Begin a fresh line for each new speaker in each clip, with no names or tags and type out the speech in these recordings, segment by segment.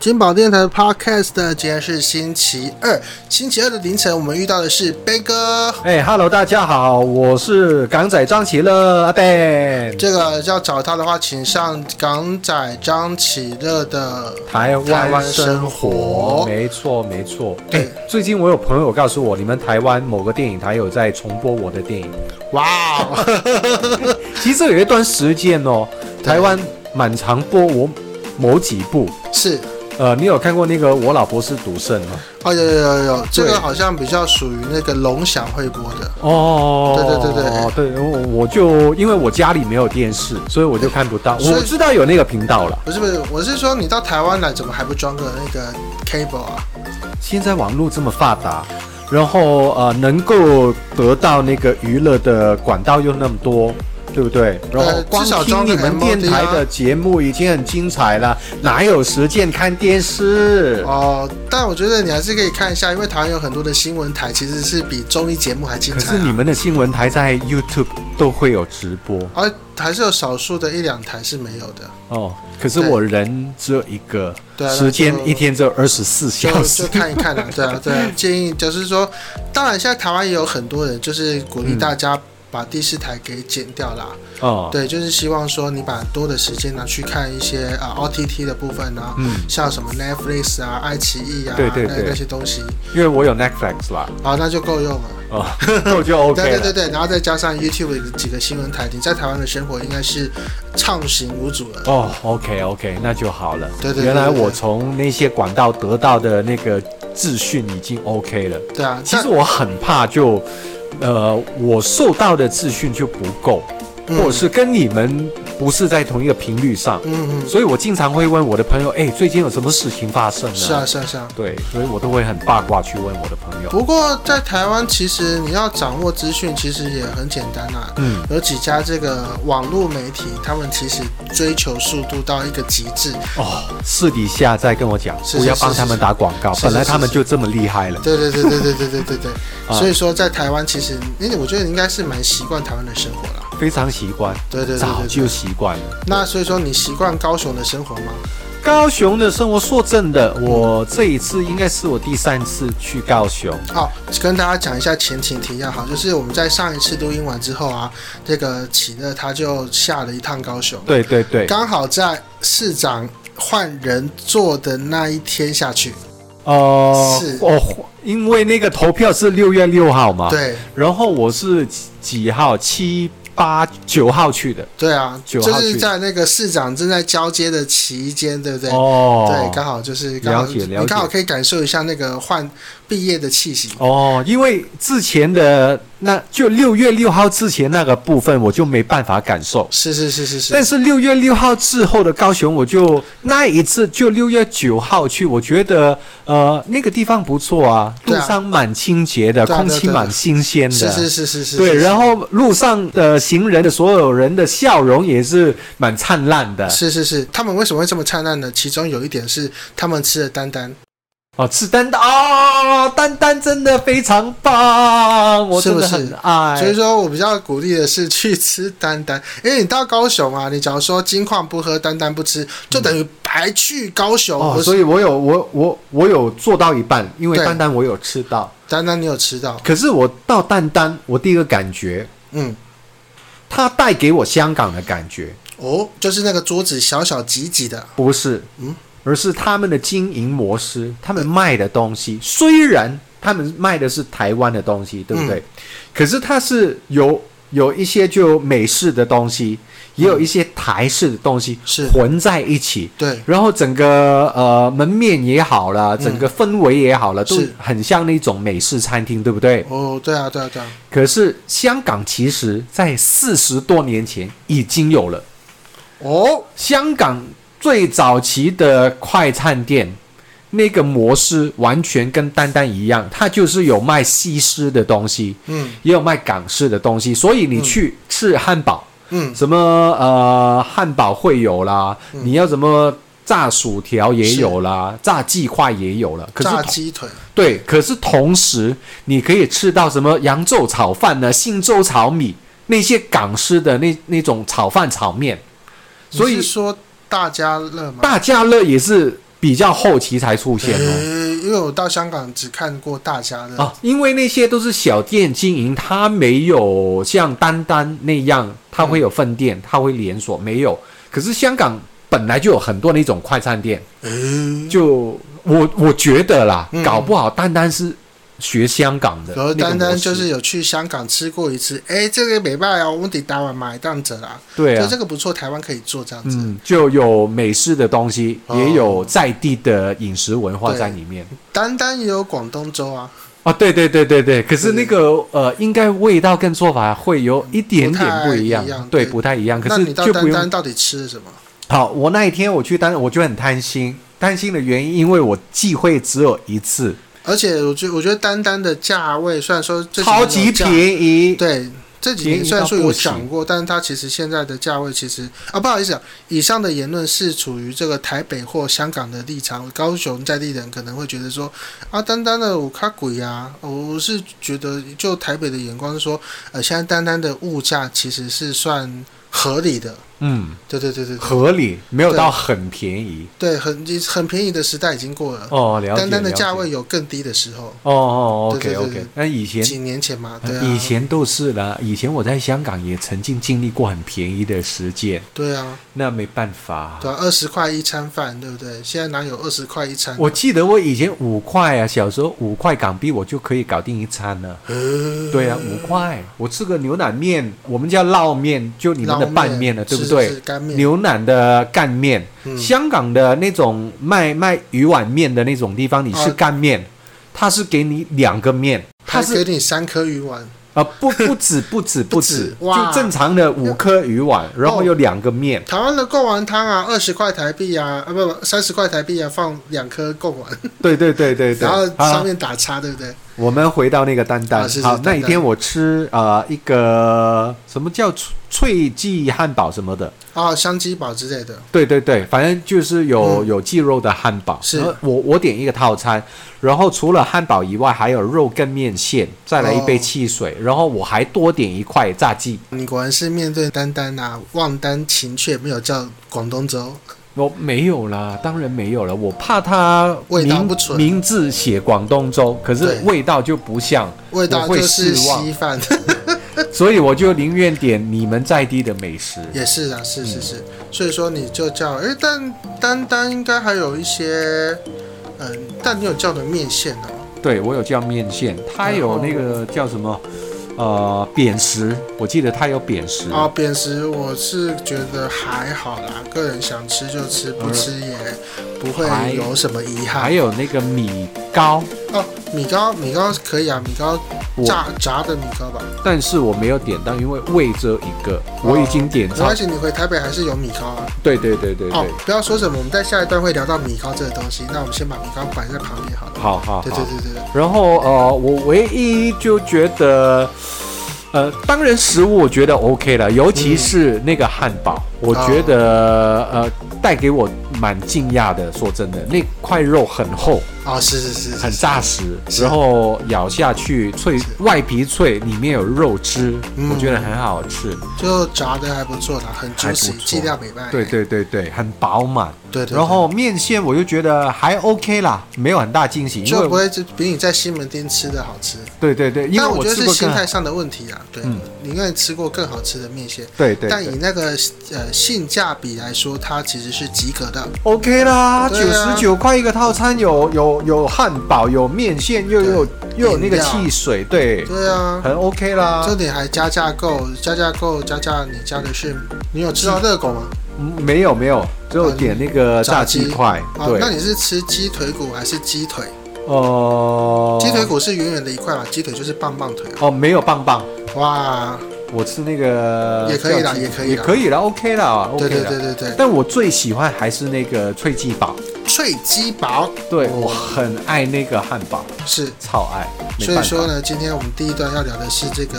金宝电台 Podcast，今天是星期二，星期二的凌晨，我们遇到的是 Ben 哥。
哎、h e l l o 大家好，我是港仔张奇乐阿 Ben，
这个要找他的话，请上港仔张启乐的
台
台湾
湾
生
生
活
活，没错没错。
对
哎最近我有朋友告诉我，你们台湾某个电影台有在重播我的电 影。
哇哦，
其实有一段时间哦，台湾蛮常播我某几部。
是
呃，你有看过那个《我老婆是赌圣》吗？
哦，有有有有，这个好像比较属于那个龙翔会播的。
哦，
对对对
对，对我我就因为我家里没有电视，所以我就看不到。
所以
我知道有那个频道了，
不是不是，我是说你到台湾来，怎么还不装个那个 cable 啊？
现在网络这么发达，然后呃，能够得到那个娱乐的管道又那么多，对不对？然后
呃
光
至少
听
装个
你们电
MOD
台
啊
的节目已经很精彩了，哪有时间看电视？
哦，但我觉得你还是可以看一下，因为台湾有很多的新闻台，其实是比综艺节目还精
可
彩
是
啊、
你们的新闻台在 YouTube 都会有直播
而哦还是有少数的一两台是没有的，
哦，可是
对
我人只有一个，
对啊那
时间
就
一天只有二十四小
就
时
就。看一看啦、对啊， 对啊，建议就是说，当然现在台湾也有很多人就是鼓励大家把第四台给剪掉啦，
哦，
对，就是希望说你把多的时间拿去看一些啊 OTT 的部分啊，
嗯，
像什么 Netflix 啊、爱奇艺啊，
对对对
那那些东西，
因为我有 Netflix 啦，
好，那就够用了。
哦，我就 OK 了。
对对对对，然后再加上 YouTube 的几个新闻台，你在台湾的生活应该是畅行无阻了。
哦，OK OK，那就好了。
对对对
原来
对对
我从那些管道得到的那个资讯已经 OK 了。
对啊，
其实我很怕就，呃，我受到的资讯就不够，
但
或者是跟你们不是在同一个频率上，
嗯嗯
所以我经常会问我的朋友，哎，最近有什么事情发生
嗯，
呢？
是啊是啊是啊。
对，所以我都会很八卦去问我的朋友。
不过在台湾，其实你要掌握资讯，其实也很简单啊。
嗯，
有几家这个网络媒体，他们其实追求速度到一个极致。
哦，私底下再跟我讲，
是
不
是
要
是
帮
是
他们
是
打广告，
是是
本来
是
他们
是
就这么厉害了。
对对对对对对对对对。
啊
所以说，在台湾，其实你我觉得你应该是蛮习惯台湾的生活啦。
非常习惯，
对对对
早
对
就
对。
习惯了。
那所以说，你习惯高雄的生活吗？
高雄的生活，说真的，我这一次应该是我第三次去高雄。
好、哦跟大家讲一下前情提要哈，就是我们在上一次录音完之后啊，这个启乐他就下了一趟高雄，
对对对，
刚好在市长换人做的那一天下去，
哦
是
哦，因为那个投票是六月六号嘛，，
对
然后我是几几号？七八九号去的。
对啊，
九
就
号
是
去
在那个市长正在交接的期间，对不对？
哦，
对，刚好就是刚好，
了解了解
你刚好可以感受一下那个换毕业的气息。
哦，因为之前的那就六月六号之前那个部分，我就没办法感受。
是是是是
但
是，
是六月六号之后的高雄，我就那一次就六月九号去，我觉得呃那个地方不错啊，
对
路
啊
上蛮清洁的，
对啊
空气
对啊对啊
蛮新鲜的。
是是是是是，
对，
是
然后路上的行人的所有人的笑容也是蛮灿烂的
是是是，他们为什么会这么灿烂呢？其中有一点是他们吃的丹丹，
哦，吃丹丹哦，丹丹真的非常棒，我
是
真
不
的
是
很爱。
所以说我比较鼓励的是去吃丹丹，因为你到高雄啊，你假如说金矿不喝，丹丹不吃，就等于白去高雄。
哦，
不是
所以我有我我我有做到一半，因为
对
丹丹我有吃到，
丹丹你有吃到？
可是我到丹丹，我第一个感觉
嗯，
它带给我香港的感觉，
哦，就是那个桌子小小挤挤的，
不是，
嗯
而是他们的经营模式，他们卖的东西，虽然他们卖的是台湾的东西，对不
嗯
对？可是它是有有一些就美式的东西，也有一些台式的东西
是
混在一起。
对，
然后整个呃门面也好了，整个氛围也好了，都
嗯是
很像那种美式餐厅，对不对？
哦，对啊，对啊，对啊，
可是香港其实在四十多年前已经有了。
哦，
香港最早期的快餐店那个模式完全跟丹丹一样，它就是有卖西式的东西，
嗯
也有卖港式的东西，所以你去吃汉堡，
嗯，
什么呃汉堡会有啦，
嗯
你要什么炸薯条也有啦，炸鸡块也有了，可是
炸
同
鸡腿，
对，可是同时你可以吃到什么扬州炒饭呢、信州炒米那些港式的那那种炒饭炒面，所以
你是说大家乐吗？
大家乐也是比较后期才出现哦。
诶因为我到香港只看过大家的，
啊，因为那些都是小店经营，它没有像丹丹那样，它会有分店，它会连锁，没有。可是香港本来就有很多那种快餐店，
诶
就我我觉得啦，
嗯
搞不好丹丹是学香港的那
然
个模
后丹
式，
丹就是有去香港吃过一次，诶，这个美败哦，我们得台湾买当着啦，
对
就
啊
这，个不错，台湾可以做这样子。
嗯，就有美式的东西，
哦
也有在地的饮食文化在里面。
丹丹也有广东粥啊，
啊，对对对对对，可是那个呃，应该味道跟做法会有一点点不一样，
不太一样
对，
对
不太一样。可
那
是
你到
就不
丹
用
丹到底吃了什么？
好，我那一天我去丹，我就很贪心，贪心的原因，因为我忌讳只有一次，
而且我觉我觉得丹丹的价位虽然说这几年
超级
有降
便宜。
对，这几
便
年
宜
虽然
到
说
不
有
行
讲过，但是它其实现在的价位其实啊，不好意思、啊，以上的言论是处于这个台北或香港的立场，高雄在地人可能会觉得说啊，单单的我卡鬼呀，我是觉得就台北的眼光是说，呃，现在单单的物价其实是算合理的，
嗯，
对对对对对
合理，没有
对
到很便宜。
对，很很便宜的时代已经过了，
哦，了解。
单单的
了解
价位。有更低的时候，
哦哦
对
，OK
对对
OK，那以前。
几年前嘛，对啊，
以前都是啦，以前我在香港也曾经经历过很便宜的时间，
对啊，
那没办法。
对啊，二十块一餐饭，对不对？现在哪有二十块一餐？
我记得我以前五块啊，小时候五块港币我就可以搞定一餐了。
呃
对啊，五块，我吃个牛腩面，我们叫烙面，就你们的拌面啊了，对不对？
是是干面
牛腩的干面，
嗯
香港的那种卖卖鱼碗面的那种地方，你吃
啊
干面，它是给你两个面，它
还
是
给你三颗鱼丸，
啊、不不止不止不 止，
不止哇
就正常的五颗鱼丸，然后有两个 面，
台湾的贡丸汤啊，二十块台币啊，啊不不，三十块台币啊，放两颗贡丸，
对对对对对，
然后
好
上面打叉，对不对？
我们回到那个丹丹，
啊是是
好，
丹
那
丹
一天我吃呃一个什么叫脆脆鸡汉堡什么的，
啊，香鸡堡之类的，
对对对，反正就是有、
嗯
有鸡肉的汉堡。
是
然后我我点一个套餐，然后除了汉堡以外，还有肉跟面线，再来一杯
哦
汽水，然后我还多点一块炸鸡。
你果然是面对丹丹啊，望丹情却没有叫广东粥，
我没有啦，当然没有了，我怕它
味道
名
不纯
名字写广东粥，可是
对
味道就 不像，
味道
我会
就是
失望
稀饭，
所以我就宁愿点你们在地的美食。
也是啊，是是是，
嗯
所以说你就叫，哎，但丹丹应该还有一些，嗯、但你有叫的面线啊，
对，我有叫面线，它有那个叫什么，呃，扁食，我记得它有扁食。
啊，扁食我是觉得还好啦，个人想吃就吃，不吃也不
还
会有什么遗
还
憾。
有那个米糕，
哦，米糕，米糕可以啊，米糕
我
炸炸的米糕吧，
但是我没有点到，因为为这一个，我已经点
哦没
到
关。系，你回台北还是有米糕啊。
对对对对
哦
对，，
不要说什么，我们在下一段会聊到米糕这个东西，那我们先把米糕摆在旁边好了。
好好
对对
好。
对对对，
然后呃，我唯一就觉得，呃，当然食物我觉得 OK 了，尤其是那个汉堡，
嗯
我觉得呃带给我蛮惊讶的。说真的，那块肉很厚。
哦，是是是
很
是，
扎实，
是
然后咬下去脆
是，
外皮脆，里面有肉汁，
嗯
我觉得很好吃。
就炸的还不错啦，很
还不
juicy，
错
剂量美败。
对对对对，很饱满。
对对，
然后面线我就觉得还 OK 啦，没有很大惊喜，
对
因
就
为
不会就比你在西门町吃的好吃。
对对对，因为
但我觉得
吃
是
过
心
更
态上的问题啊，对
嗯，
你应该吃过更好吃的面线，
对对
但以
对
那个呃性价比来说，它其实是及格的。
OK 啦，九
对啊
十九块一个套餐，有有有汉堡，有面线，又有又有那个
饮料
汽水，对，
对啊，
很 OK 啦
这。里还加价购，加价购，加价你加的是，你有吃到热狗吗？
嗯没有没有，只有
嗯
点那个
炸
炸鸡
鸡
块，
啊，
对
那，你是吃鸡腿骨还是鸡腿？
哦，
鸡腿骨是圆圆的一块嘛，鸡腿就是棒棒腿啊。
哦，没有棒棒。
哇，
我吃那个
也可以啦
叫鸡
也可以
也
啦
可以了，OK 啦，OK
对
啦。
对对对对，
但我最喜欢还是那个脆鸡堡，
脆鸡堡
对、
哦
我很爱那个汉堡，
是。
超爱。没
所
办
以
法
说，呢，今天我们第一段要聊的是这个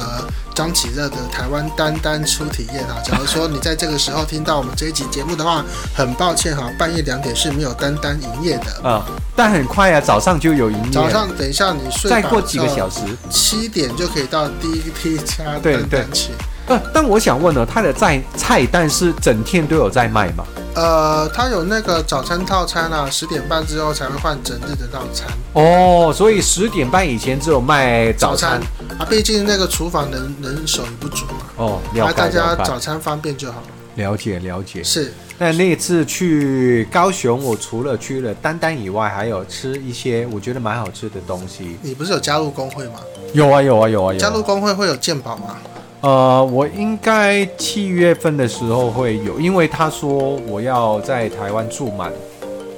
张启乐的台湾单单初体验 啊。假如说你在这个时候听到我们这一集节目的话，很抱歉哈、半夜两点是没有单单营业的。
啊、但很快啊，早上就有营业，
早上等一下你睡
再
饱
过几个小
时，
时。
七点就可以到第一梯家
对
单单去。
呃，但我想问呢，它的菜菜单是整天都有在卖吗？
呃，它有那个早餐套餐啊，十点半之后才会换整日的套餐。
哦，所以十点半以前只有卖早餐。
啊，毕竟那个厨房人人手不足嘛，
哦，
啊，
了解
大家
了解
早餐方便就好了。
了解了解。
是，
那那次去高雄，我除了去了丹丹以外，还有吃一些我觉得蛮好吃的东西。
你不是有加入工会吗？
有啊有啊有啊有
加入
啊。
工会会有鉴宝吗？
呃，我应该七月份的时候会有，因为他说我要在台湾住满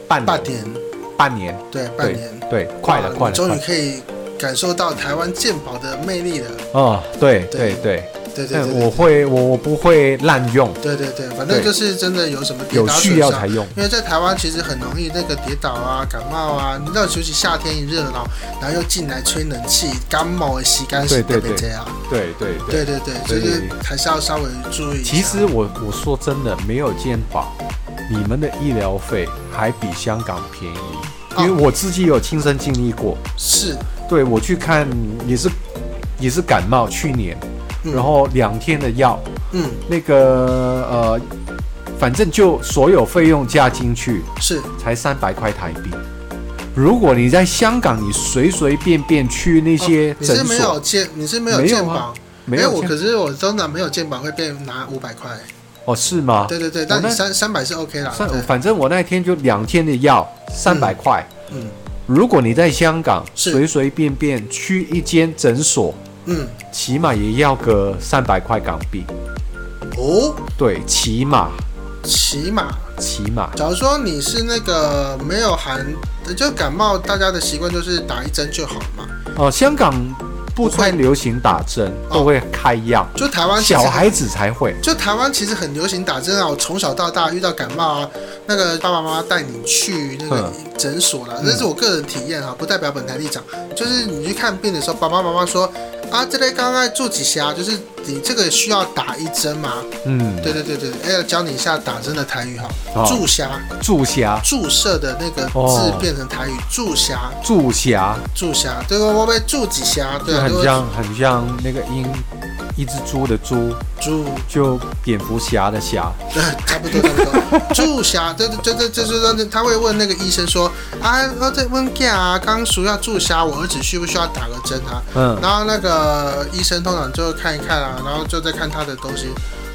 半
半
年，
年，
半年，
对，半年，
对，快了
哇你
快了，
终
快
于
了
可以感受到台湾鉴宝的魅力了。
哦，对
对
对对，
对对对
但哎我会我我不会滥用，
对对对，反正
对
就是真的有什么跌
有
倒
需
损
要
伤
才。用。
因为在台湾其实很容易那个跌倒啊、感冒啊，你知道，尤其夏天一热了，然后又进来吹冷气，感冒的吸干洗
对
特
对
别这样。
对对对。
对对对，所以就是还是要稍微注意一下。
其实我我说真的，没有健保，你们的医疗费还比香港便宜，因为我自己有亲身经历过。
是，
对我去看也是也是感冒，去年，
嗯
然后两天的药，
嗯，
那个呃，反正就所有费用加进去
是
才三百块台币。如果你在香港，你随随便便去那些
哦你
诊
是没有
所，
健，你是没有
没有
健
啊
保，
没
因为
有
我
健
可是我通常没有健保会被拿五百块。
哦，是吗？
对对对，但你
那
三三百是 OK 啦。
算
对，
反正我那天就两天的药，三百块。
嗯
如果你在香港
是
随随便便去一间诊所，
嗯，
起码也要个三百块港币。
哦，
对，起码
起码
起码
假如说你是那个没有含，就感冒，大家的习惯就是打一针就好嘛。
哦、香港
不
不
会
太流行打针，
哦
都会开药，
就台湾其实
小，孩子才会。
就台湾其实很流行打针啊。我从小到大遇到感冒啊，那个爸爸妈妈带你去那个诊所啦，
嗯
这是我个人体验啊，不代表本台立场。就是你去看病的时候，爸爸妈妈说啊，这类刚刚做几下，啊就是你这个需要打一针吗？
嗯，
对对对对，哎、教你一下打针的台语哈，
哦
注虾
注霞，
注射的那个字
哦
变成台语注虾。
注霞
注虾，对我我被注几虾，对
就
啊，
很
都
像很像那个鹰，一只猪的猪，
注，
就蝙蝠侠的侠。
对，差不多差不多，注 虾，这这这这这这，他会问那个医生说啊，我在问假啊，刚熟要注虾，我儿子需不需要打个针啊？
嗯，
然后那个医生通常就看一看啊，然后就再看他的东西，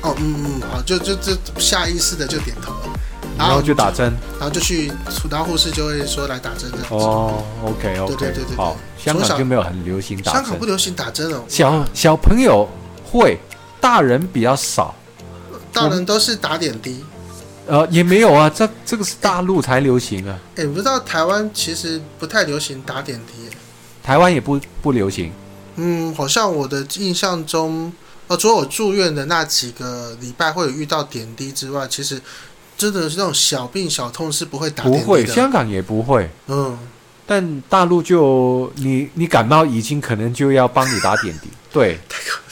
哦，嗯嗯，好，就就就下意识的就点头了，
然后就打，针。
然后就去，然后护士就会说来打针这样子。
哦，OK
对
OK，
对对对
好，香
从小
港就没有很流行打
香
针。
港不流行打针哦，
小小朋友会，大人比较少。
大人都是打点滴。
呃，也没有啊，这这个是大陆才流行啊，
哎、你不知道台湾其实不太流行打点滴耶、
台湾也不不流行。
嗯，好像我的印象中，呃，除了我住院的那几个礼拜会有遇到点滴之外，其实真的是那种小病小痛是不会打点
不
滴的。
会，香港也不会，
嗯，
但大陆就你你感冒已经可能就要帮你打点滴， 对，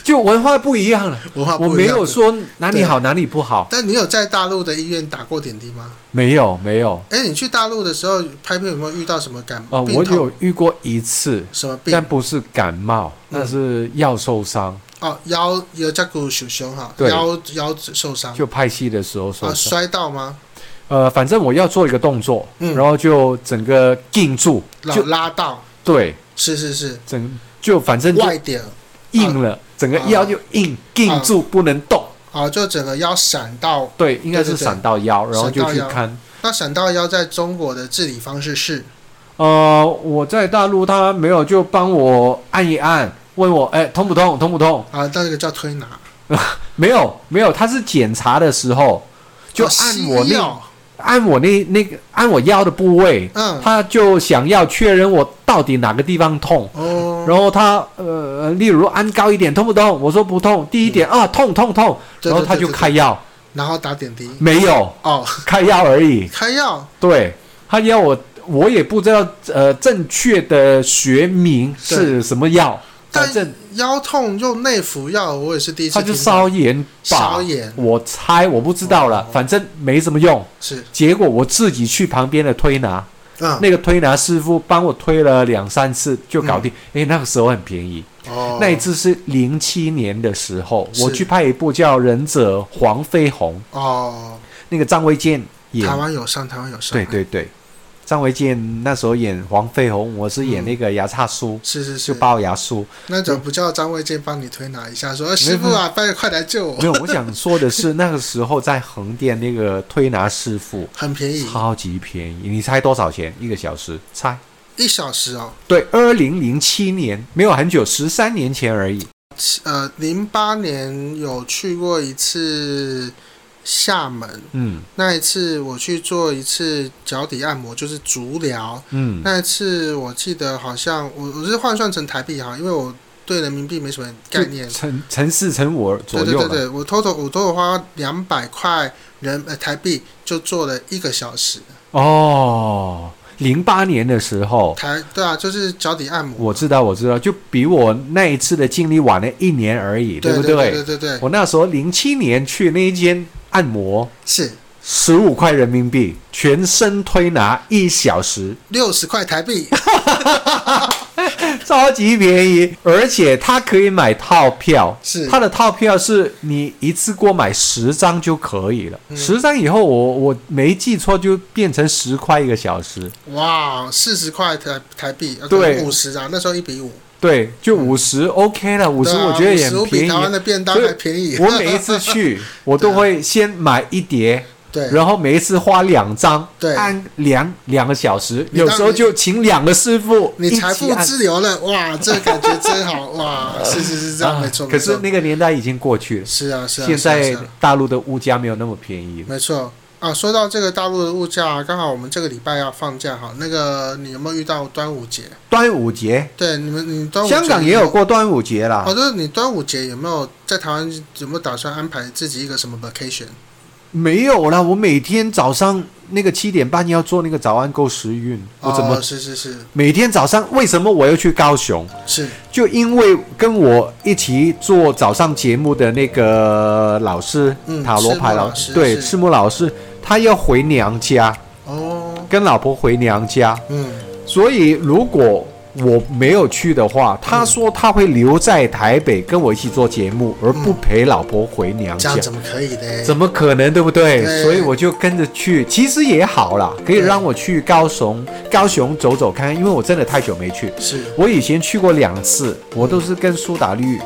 就文化不一样了。
文化不
我
一
没
样
有
的。
说哪里好哪里不好，
但你有在大陆的医院打过点滴吗？
没有没有。
哎、你去大陆的时候拍片有没有遇到什么感冒？
啊，我有遇过一次，
什么病
但？不是感冒，
嗯
那是腰受伤，
哦，腰有胛骨损伤哈，
对
腰腰受伤
就拍戏的时候受
啊，
伤。
摔到吗？
呃，反正我要做一个动作，
嗯
然后就整个定住，
老
就
拉到，
对，
是是是，
整就反正就
外啊点
硬了，整个腰就硬定住不能动。
啊，就整个腰闪到
对，应该是闪到腰，然后就
闪
去
到腰
看。
那闪到腰在中国的治理方式是，
呃，我在大陆他没有就帮我按一按，问我哎痛不痛，痛不痛？
啊，那个叫推拿，
没有没有，他是检查的时候就按我
西
那、
啊药，
按我那那个按我腰的部位，
嗯，
他就想要确认我到底哪个地方痛。
哦，
然后他呃，例如按高一点痛不痛？我说不痛。第一点啊，痛痛痛，
嗯对
然后他就，开
对对对
药，
然后打点滴，
没有
哦，
开药而已。
开药，
对，他要我，我也不知道呃正确的学名是什么药，
但
反正
腰痛用内服药，我也是第一次
他
听到，
就消炎吧
消。炎
我猜我不知道了
哦，
反正没什么用。
是，
结果我自己去旁边的推拿，
嗯，
那个推拿师傅帮我推了两三次就搞定。
嗯
诶，那个时候很便宜，
哦，
那一次是零七年的时候，
是
我去拍一部叫《忍者黄飞鸿》，
哦，
那个张卫健演
台湾有上，台湾有上，
对，对对，张卫健那时候演黄飞鸿，我是演那个牙叉叔，
是是，
就是龅牙叔。
那怎么不叫张卫健帮你推拿一下，说师傅啊，快快来救我，
没有，我想说 的是，那个时候在横店那个推拿师傅
很便宜，
超级便宜，你猜多少钱一个小时？猜？
一小时哦，
对，二零零七年，没有很久，十三年前而已。
呃，零八年有去过一次厦门，
嗯
那一次我去做一次脚底按摩，就是足疗。
嗯
那一次我记得好像我我是换算成台币哈，因为我对人民币没什么概念
就。乘乘四乘五左
对对对
右了。
对，我 total 我 total 花两百块人呃台币就做了一个小时。
哦，零八年的时候，
台对啊，就是脚底按摩。
我知道，我知道，就比我那一次的经历晚了一年而已，
对
不
对对对对，
我那时候零七年去那一间按摩，
是
十五块人民币，全身推拿一小时，
六十块台 币。
超级便宜，而且它可以买套票。
是
它的套票是你一次过买十张就可以了，
嗯
十张以后我我没记错就变成十块一个小时，
哇，四十块台台币，
对
五十啊，那时候一比五，
对，就五十 OK 了，五十
嗯对啊
我觉得也
55
很
比
便宜
台。湾的便当
所以
还便宜。
我每一 次去，我都会先买一碟，
对，
然后每一次花两张，
对
按两两个小时，
你当
有时候就请两个师傅
你财富
一起按啊
自由了，哇，这感觉真好，哇，是是是这样，
啊
没错，
可
没
是
错，
那个年代已经过去了，
是啊是啊，
现
是啊
在
是啊
大陆的物价没有那么便宜了。
没错啊。说到这个大陆的物价，刚好我们这个礼拜要放假哈，那个你有没有遇到端午节？
端午节，
对，你们你端午节
香港也有。过端午节啦
哦，，就是你端午节有没有在台湾有没有打算安排自己一个什么 vacation？
没有啦，我每天早上那个七点半要做那个早安购时运，我怎么
哦、是是是
每天早上为什么我要去高雄？
是
就因为跟我一起做早上节目的那个老师，
嗯
塔罗牌老
赤木老师
对，
是
赤木老师，他要回娘家，
哦，
跟老婆回娘家，
嗯
所以如果我没有去的话，他说他会留在台北跟我一起做节目，而不陪老婆回娘
这
家
样。怎么可以呢？
怎么可能，对不对？
对
所以我就跟着去，其实也好啦，可以
对
让我去高雄，高雄走走看看，因为我真的太久没去。
是
我以前去过两次，我都是跟苏打绿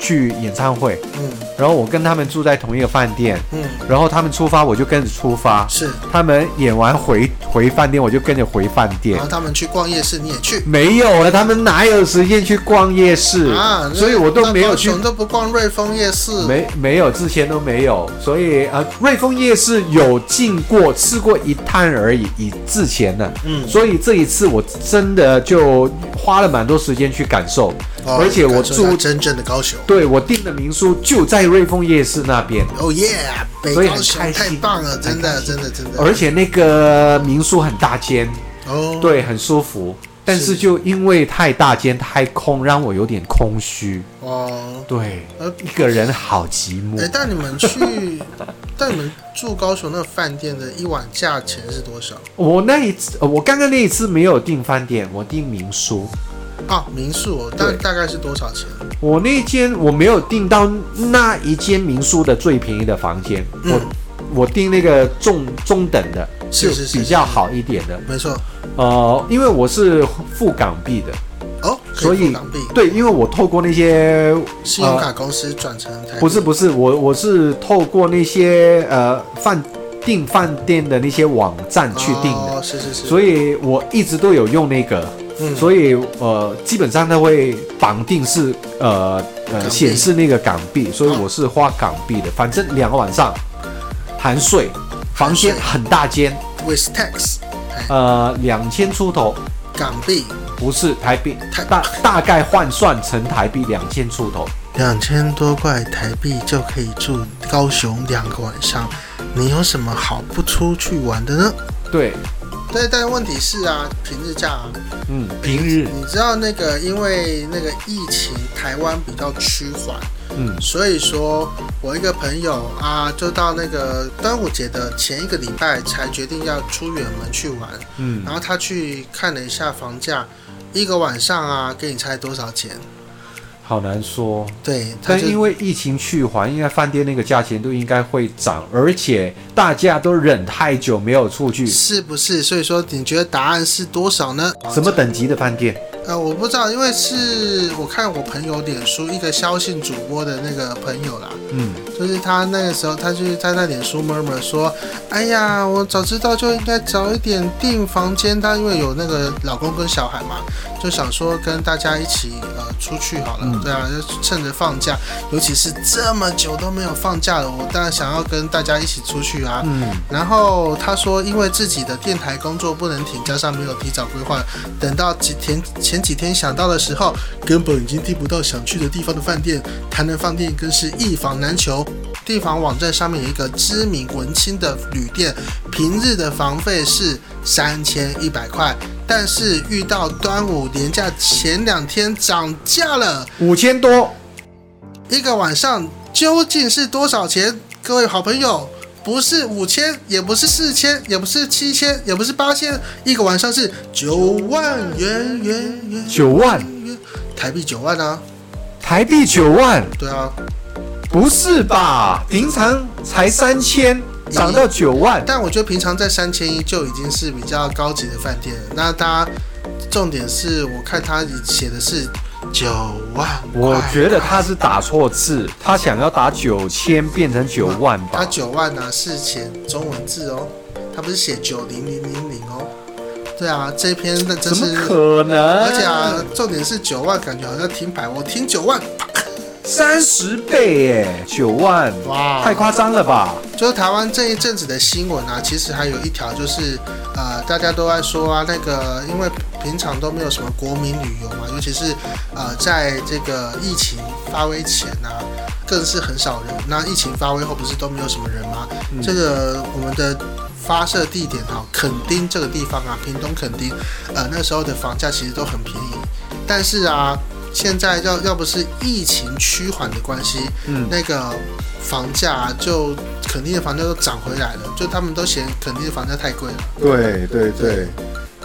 去演唱会，
嗯
然后我跟他们住在同一个饭店，
嗯
然后他们出发我就跟着出发，
是，
他们演完回回饭店我就跟着回饭店
然后。他们去逛夜市，你也去。
没有了，他们哪有时间去逛夜市？
啊，
所以我都没有去
我，都不逛瑞丰夜市，
没没有，之前都没有。所以呃，瑞丰夜市有进过，吃过一摊而已，以之前呢。
嗯，
所以这一次我真的就花了蛮多时间去感受，
哦
而且我
感受一下
住
真正的高雄，
对我订的民宿就在瑞丰夜市那边，
哦耶，北
所以很
高雄
开心
太棒了，
很
真的
开心
真的真的，
而且那个民宿很大间，
哦，
对，很舒服。但是
是
就因为太大间太空，让我有点空虚。
哦，
对，
呃，
一个人好寂
哎，
寞。
但你们 去，但你们住高雄那个饭店的一晚价钱是多少
我那一次，呃我刚刚那一次没有订饭店，我订民宿。
啊？民宿哦大
对
大概是多少钱？
我那间我没有订到那一间民宿的最便宜的房间，
嗯
我我订那个中中等的，
是
就是
是
比较好一点的。
没错，
呃，因为我是付港币的，
哦，
所
可
以
付港币，
对，因为我透过那些
信用卡公司转成台币，
啊不是不是，我我是透过那些呃饭订饭店的那些网站去订的，
哦，是是是，
所
以
以我一直都有用那个，
嗯，
所以呃基本上它会绑定是呃
港币
呃显示那个港币，所以
哦
我是花港币的，反正两个晚上含税，房间
含税
很大间，
with tax
呃两千出头。
港币
不是台币
台，
大大概换算成台币两千出头，
两千多块台币就可以住高雄两个晚上，你有什么好不出去玩的呢？
对，
对，但问题是啊，平日假、啊，
嗯，平日，
你知道那个因为那个疫情，台湾比较趋缓，
嗯
所以说我一个朋友啊，就到那个端午节的前一个礼拜才决定要出远门去玩，
嗯
然，后他去看了一下房价，一个晚上啊，给你猜多少钱？
好难说。
对，他
嗯但
就
因为疫情去还，应该饭店那个价钱都应该会涨，而且大家都忍太久没有出去，
是不是？所以说，你觉得答案是多少呢？
什么等级的饭店？
呃，我不知道，因为是我看我朋友脸书一个肖姓主播的那个朋友啦，
嗯，
就是他那个时候，他就是他在脸书 murmur 说，哎呀，我早知道就应该早一点订房间，他因为有那个老公跟小孩嘛，就想说跟大家一起呃出去好了，
嗯
对啊，就趁着放假，尤其是这么久都没有放假了，我当然想要跟大家一起出去啊，
嗯，
然后他说，因为自己的电台工作不能停，加上没有提早规划，等到几天前几天想到的时候，根本已经订不到想去的地方的饭店。台南饭店更是一房难求。订房网站上面有一个知名文青的旅店，平日的房费是三千一百块，但是遇到端午连假前两天涨价了，
五千多，
一个晚上究竟是多少钱？各位好朋友，不是五千，也不是四千，也不是七千，也不是八千，一个晚上是九万元元元
九万
元台币九万啊！
台币九万，
对啊，
不是吧？平常才三千，涨到九万，
但我觉得平常在三千一就已经是比较高级的饭店了。那它重点是我看它写的是九万块，
我觉得他是打错字，他想要打九千变成九万
它
吧？
九万啊是写中文字哦，它不是写九零零零零哦。对啊，这篇那真
怎么
是
可能？
而且啊，重点是九万，感觉好像停牌，我停九万，
三十倍耶，九万，
哇
太夸张了吧？
就是台湾这一阵子的新闻啊，其实还有一条就是，呃，大家都在说啊，那个因为平常都没有什么国民旅游嘛，尤其是呃，在这个疫情发威前啊，更是很少人。那疫情发威后不是都没有什么人吗？
嗯
这个我们的发射地点啊，垦丁这个地方啊，屏东垦丁，呃，那时候的房价其实都很便宜，但是啊。现在要要不是疫情趋缓的关系，
嗯，
那个房价啊就肯定的房价都涨回来了，就他们都嫌肯定的房价太贵了。
对对对，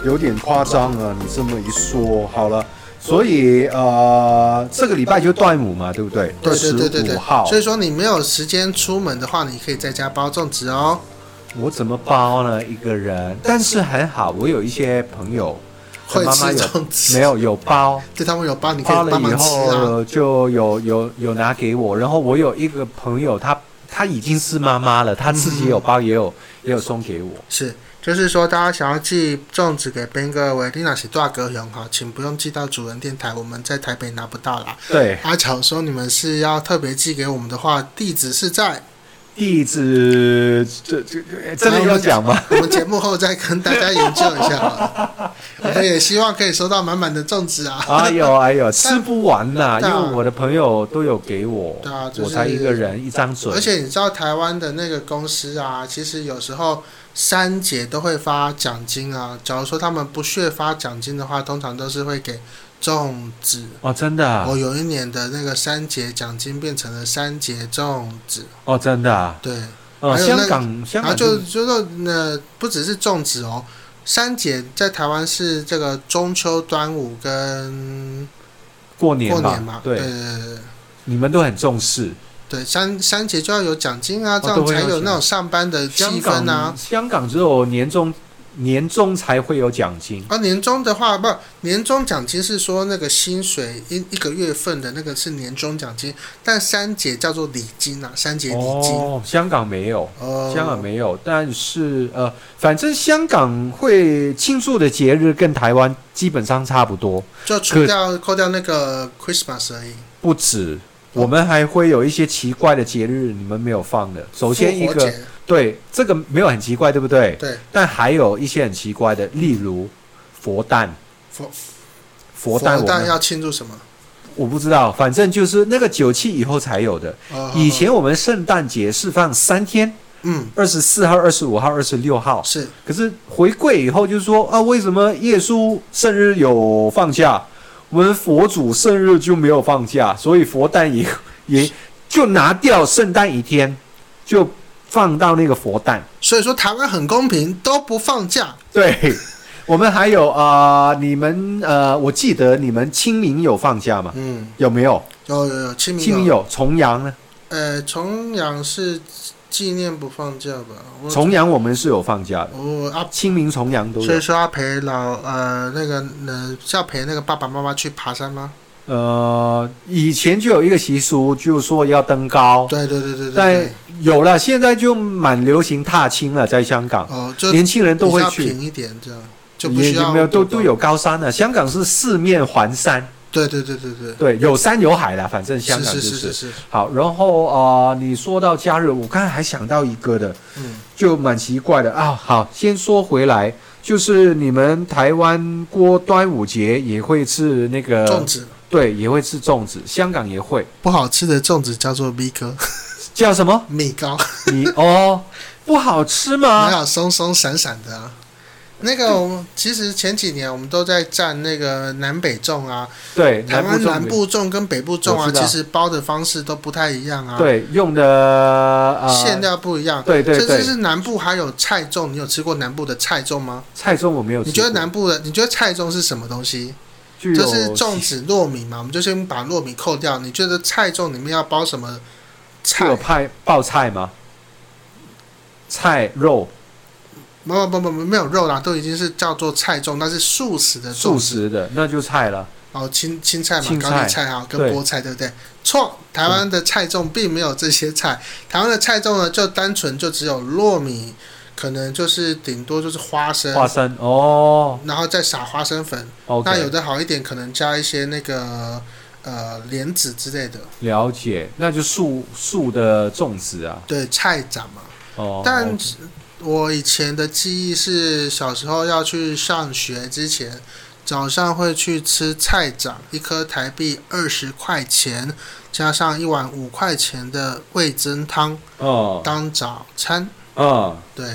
有点夸张啊！你这么一说，好了，所以呃，这个礼拜就端午嘛，对不对？
对对对对对
25号，，
所以说你没有时间出门的话，你可以在家包粽子哦，
我怎么包呢？一个人，但是还好，我有一些朋友，
会
妈
吃
妈有
粽子。
没有有包，
对他们有包，你可
包
以
了
帮
以
忙吃啊。
后就有有有拿给我，然后我有一个朋友，他他已经是妈妈了，他自己有包，也有也有送给我。
是，就是说大家想要寄粽子给边哥维，你那是大哥熊哈，请不用寄到主人电台，我们在台北拿不到啦。
对，
阿巧说你们是要特别寄给我们的话，地址是在
地址这这这真的要讲吗？
我们节目后再跟大家研究一下好了。 我们也希望可以收到满满的粽子啊。
哎呦哎呦，吃不完呐、
对啊
因为我的朋友都有给我，
对啊就是
我才一个人一张嘴
而，且你知道台湾的那个公司啊，其实有时候三节都会发奖金啊。假如说他们不屑发奖金的话，通常都是会给粽子。
哦，真的啊、
我有一年的那个三节奖金变成了三节粽子，
哦，真的啊、
对，
哦，
还有那
香
个
港
然
香
后
港
就就说那不只是粽子哦，三节在台湾是这个中秋、端午跟
过年
过
嘛，
年嘛，对
对，
对对对。
你们都很重视。
对，三三节就要有奖金啊，这
哦都
样
会
才
有
有那
奖
种上班的气
香
氛啊
港。香港只有年终年终才会有奖金，
啊，年终的话，不，年终奖金是说那个薪水一一个月份的那个是年终奖金，但三节叫做礼金啊，三节礼金。
哦，啊香港没有。
哦
香港没有，但是呃，反正香港会庆祝的节日跟台湾基本上差不多，
就除
可
掉扣掉那个 Christmas 而已。
不止，我们还会有一些奇怪的节日，你们没有放的。首先一
复活
个，
节
对这个没有很奇怪，对不对？
对。
但还有一些很奇怪的，例如佛诞。
佛
佛诞我
诞
们
要庆祝什么？
我不知道，反正就是那个九七以后才有的。
哦
以前我们圣诞节是放三天，
嗯
二十四号、二十五号、二十六号。
是
可是回归以后，就是说啊，为什么耶稣生日有放假，我们佛祖生日就没有放假？所以佛诞也也就拿掉圣诞一天，就放到那个佛诞。
所以说台湾很公平，都不放假。
对，我们还有啊、呃你们呃，我记得你们清明有放假吗？
嗯，
有没有？
有有有，清明
清明有重阳呢，
呃，重阳是纪念不放假吧？我
重阳我们是有放假的，
我啊，
清明、重阳都
所以
有。
说要陪老呃那个呃是要陪那个爸爸妈妈去爬山吗？
呃，以前就有一个习俗，就说要登高，
对对对对对
但
对。
有了，现在就蛮流行踏青了，在香港，
哦，就
年轻人都会
比较
去，
平一点这样，就不
也
需
也
要
没有都
多
都。有高山了。香港是四面环山，
对对对对对，
对，有山有海啦，反正香港就是
是是是是，
好。然后啊、呃你说到假日，我刚才还想到一个的，
嗯，
就蛮奇怪的啊。好，先说回来，就是你们台湾过端午节也会吃那
粽
个，
子
对，也会吃粽子，香港也会
不好吃的粽子叫做米 糕，
叫什么？
米糕，
你哦，不好
还
吃吗？
有松松散散的啊。那个我们其实前几年我们都在占那个南北粽啊，
对，
台湾
南
南
部
部
粽
粽跟北部粽
我
啊，
知道
其实包的方式都不太一样啊，
子，对，用的呃，
馅料不一样。
对对
甚至
对，
是南部还有菜粽，你有吃过南部的菜粽吗？
菜粽我没有吃过。
你觉得南部的，你觉得菜粽是什么东西？
具有
就是粽子、糯米嘛，我们就先把糯米扣掉。你觉得菜粽里面要包什么
具有
菜？
派爆菜吗？菜肉
不不不不，没有肉啦，都已经是叫做菜粽，那是素食的
素
粽。
食的，那就菜了。
哦，青青菜嘛，
青
高丽
菜
菜啊，跟
对
菠菜，对不对？错，台湾的菜粽并没有这些
嗯
菜，台湾的菜粽呢，就单纯就只有糯米，可能就是顶多就是花生，
花生哦
然后再撒花生粉。那有
，OK，
的好一点，可能加一些那个呃莲子之类的，
了解，那就素素的粽子啊。
对，菜长嘛。
哦，
但
OK
我以前的记忆是小时候要去上学之前，早上会去吃菜长，一颗台币二十块钱，加上一碗五块钱的味增汤
哦
当早餐。
哦，
对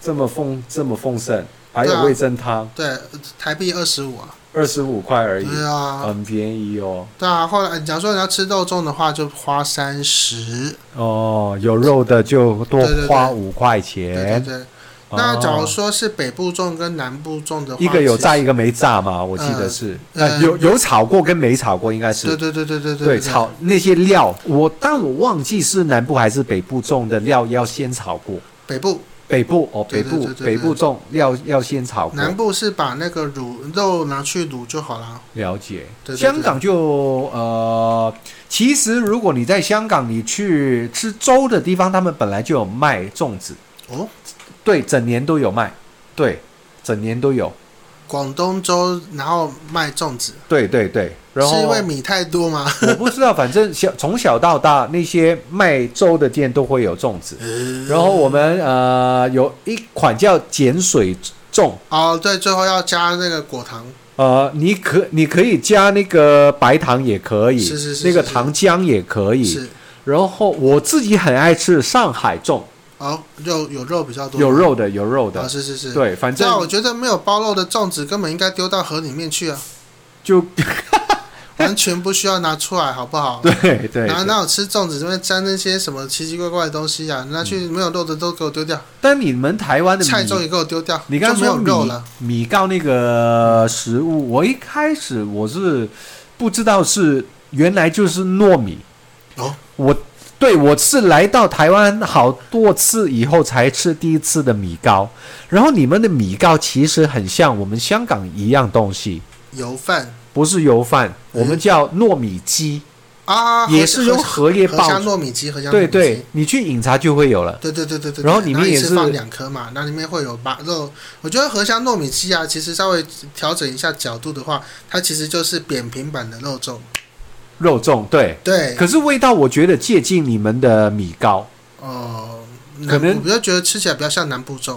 这么丰这么丰盛，还
对啊
有味增汤，
对，台币二十五啊。
二十五块而已，
对啊，
很便宜哦。
对啊。后来假如说你要吃肉粽的话，就花三十。
哦，有肉的就多
对对对
花五块
对对
钱。
对。那假如
哦
说是北部粽跟南部粽的话，
一个有
其实
炸，一个没炸嘛，我记得是。
呃
那有有炒过跟没炒过应该是。
对对对对对
对，炒那些料，我但我忘记是南部还是北部种的料要先炒过。
北部
北部哦，
对
北
对
部
对对
北部种料要先炒过。
南部是把那个卤肉拿去卤就好了。
了解，
对对对
香港就呃，其实如果你在香港，你去吃粥的地方，他们本来就有卖粽子，
哦，
对，整年都有卖，对，整年都有，
广东粥，然后卖粽子，
对对对。然后
是因为米太多吗？
我不知道，反正小从小到大，那些卖粥的店都会有粽子。然后我们呃有一款叫碱水粽，
哦，对，最后要加那个果糖，
呃，你可你可以加那个白糖也可以，
是是是
那个
是是
糖浆也可以。
是
然后我自己很爱吃上海粽，
哦，肉有肉比较多，
有肉的有肉的，
啊、哦，是是是，。
对，反
对啊，我
正
觉得没有包肉的粽子根本应该丢到河里面去 啊，
就
完全不需要拿出来，好不好？
对对对。
哪哪有吃粽子这边沾那些什么奇奇怪怪的东西啊？拿
嗯
去没有肉的都给我丢掉，
但你们台湾的
菜
米
粽也给我丢掉，
你刚
就
刚
没
说
有肉
米
了。
米糕那个食物，我一开始我是不知道是原来就是糯米
哦，
我对我是来到台湾好多次以后才吃第一次的米糕，然后你们的米糕其实很像我们香港一样东西，
油饭
不是油饭，
嗯
我们叫糯米鸡，
啊，
也是用
荷
荷叶
荷
爆
香
出，
糯米鸡，荷香糯米
对
鸡
对，你去饮茶就会有了，
对对对对对，
然后
对
里
一
面也
次
是
放两颗嘛，那里面会有把肉。我觉得荷香糯米鸡啊，其实稍微调整一下角度的话，它其实就是扁平版的肉粽。
肉粽对，
对，
可是味道我觉得接近你们的米糕
哦、
可
南
能
部我就觉得吃起来比较像南部粽。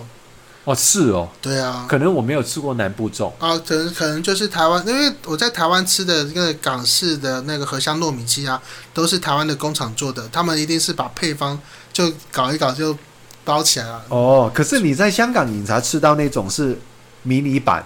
哦，是哦。
对啊，
可能我没有吃过南部粽，
啊，可能可能就是台湾，因为我在台湾吃的那个港式的那个荷香糯米鸡啊，都是台湾的工厂做的，他们一定是把配方就搞一搞就包起来了。
哦，可是你在香港饮茶吃到那种是迷你版，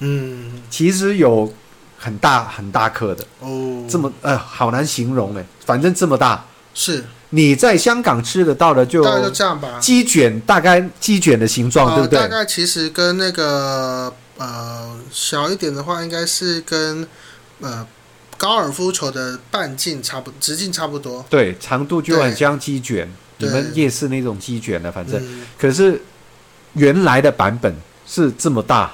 嗯，
其实有很大很大颗的，
哦，
这么呃好难形容哎，反正这么大。
是
你在香港吃得到的就啊
大概就这样吧。
鸡卷，大概鸡卷的形状，
呃
对不
大
对？
概其实跟那个呃小一点的话，应该是跟呃。高尔夫球的半径差不直径差不多，
对，长度就
对
很像鸡卷，你
对
们夜市那种鸡卷的，反正。
嗯，
可是原来的版本是这么大，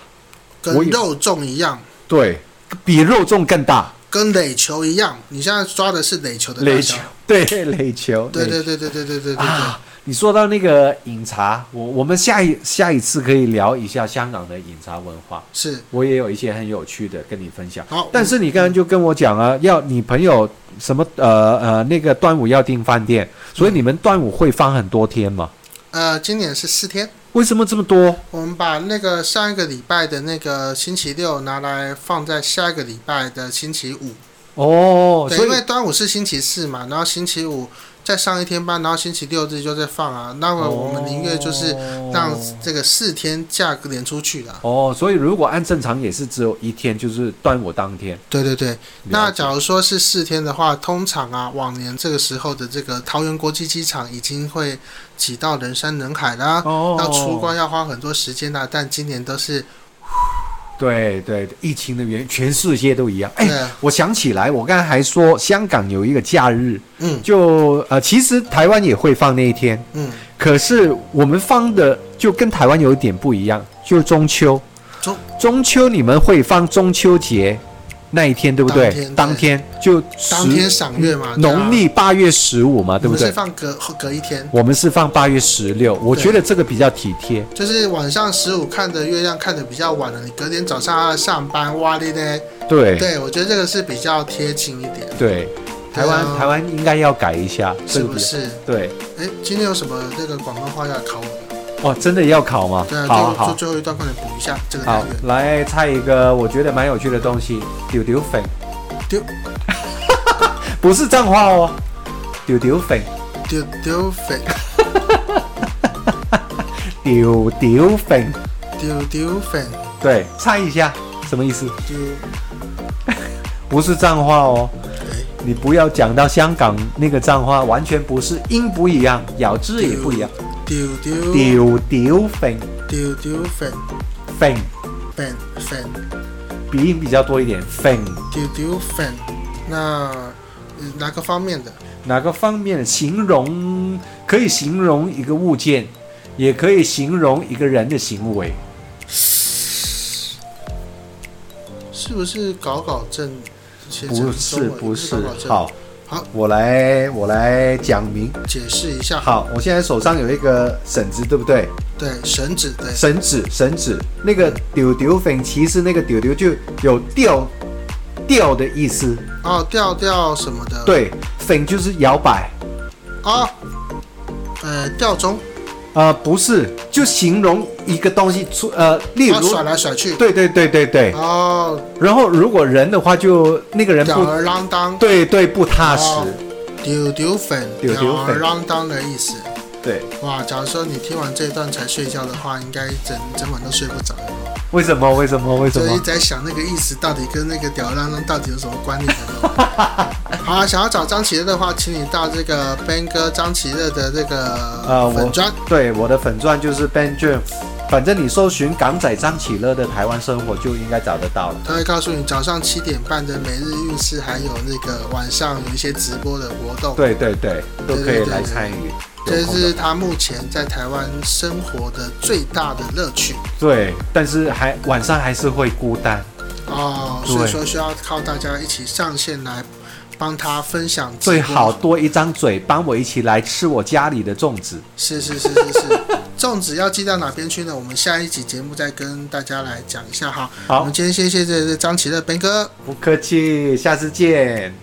跟
我以
肉粽一样，
对，比肉粽更大，
跟垒球一样。你现在抓的是垒球的
垒
大小
球，，对，垒球，
对
垒
对对对对对对对对，
啊。你说到那个饮茶，我我们下一下一次可以聊一下香港的饮茶文化，
是
我也有一些很有趣的跟你分享。
好。
但是你刚刚就跟我讲啊，要你朋友什么呃呃那个端午要订饭店，所以你们端午会放很多天嘛？
呃，今年是四天，
为什么这么多？
我们把那个上一个礼拜的那个星期六拿来放在下一个礼拜的星期五，
哦，
对，
所以
因为端午是星期四嘛，然后星期五再上一天班，然后星期六日就在放啊。那么我们宁愿就是让这个四天假连出去啦。
哦，所以如果按正常也是只有一天，就是端午当天。
对对对，那
了解
假如说是四天的话，通常啊，往年这个时候的这个桃园国际机场已经会挤到人山人海啦，
哦
要出关要花很多时间啦。但今年都是，
对对，疫情的原因，全世界都一样。哎，
对
我想起来，我刚才还说香港有一个假日，
嗯
就呃，其实台湾也会放那一天，
嗯，
可是我们放的就跟台湾有一点不一样，就中秋。
中
中秋你们会放中秋节那一天，对不对？
当
当天就
当
十嗯
天赏月嘛，对啊啊
农历八月十五嘛，对
我
不
们
对
是？放隔隔一天，
我们是放八月十六，我
对
觉得这个比较体贴。
就是晚上十五看的月亮看的比较晚了，你隔天早上还要上班，哇哩嘞。
对
对，我觉得这个是比较贴近一点，
对，台湾、
对啊
台湾应该要改一下，这
是
个
不
比较
是？
对
哎，今天有什么这个广东话要考我的？
哦，真的要考吗？
对啊，
好
就就
好
最后一段快点补一下这个来
好
源。，
来猜一个我觉得蛮有趣的东西，丢丢粉，
丢，
不是脏话哦，丢丢粉，
丢丢粉，
丢丢粉，
丢丢粉，
对，猜一下什么意思？
丢
不是脏话哦
哎。
你不要讲到香港那个脏话，完全不是音不一样，咬字也不一样。
丢丢
丢丢粉
丢丢粉
粉，
粉粉
鼻音比较多一点。粉
丢丢粉，那呃哪个方面的？
哪个方面形容？可以形容一个物件，也可以形容一个人的行为。
是不是搞搞震？写成
不
中
是
文
不是
搞搞，震
好，
好，
我来我来讲明。
解释一下。
好，我现在手上有一个绳子，对不对？
对，绳子对，
绳子绳子，那个丢丢粉，其实那个丢丢就有掉掉的意思，
哦，调调什么的。
对，粉就是摇摆，
啊，呃，吊钟，
呃，不是，就形容一个东西出，呃，例
然后
如
啊甩，来甩去，
对对对对对，
哦，
然后如果人的话就，那个人
吊
不，
儿郎当，
对对不踏实，
哦丢丢粉，
丢
吊
丢
儿
粉
郎当的意思。
对，
哇，假如说你听完这一段才睡觉的话，应该整整晚都睡不着了。
为什么为什么为什
就一
么
直？在想那个意思到底跟那个吊儿郎当到底有什么关联 的呢？好啊，想要找张启乐的话，请你到这个 Ben 哥张启乐的这个
呃我
粉砖，
对，我的粉钻就是 Ben j a m 反正你搜寻港仔张启乐的台湾生活就应该找得到了。
他会告诉你早上七点半的每日运势，还有那个晚上有一些直播的活动。
对对对，都可以来参与。
这
有空的
是他目前在台湾生活的最大的乐趣
对，但是还晚上还是会孤单。
哦，
对
所以说需要靠大家一起上线来帮他分享直播
最好多一张嘴，帮我一起来吃我家里的粽子。
是是是是 是，粽子要寄到哪边去呢？我们下一集节目再跟大家来讲一下哈。我
好
们，今天先谢谢张琪的斌哥。
不客气，下次见。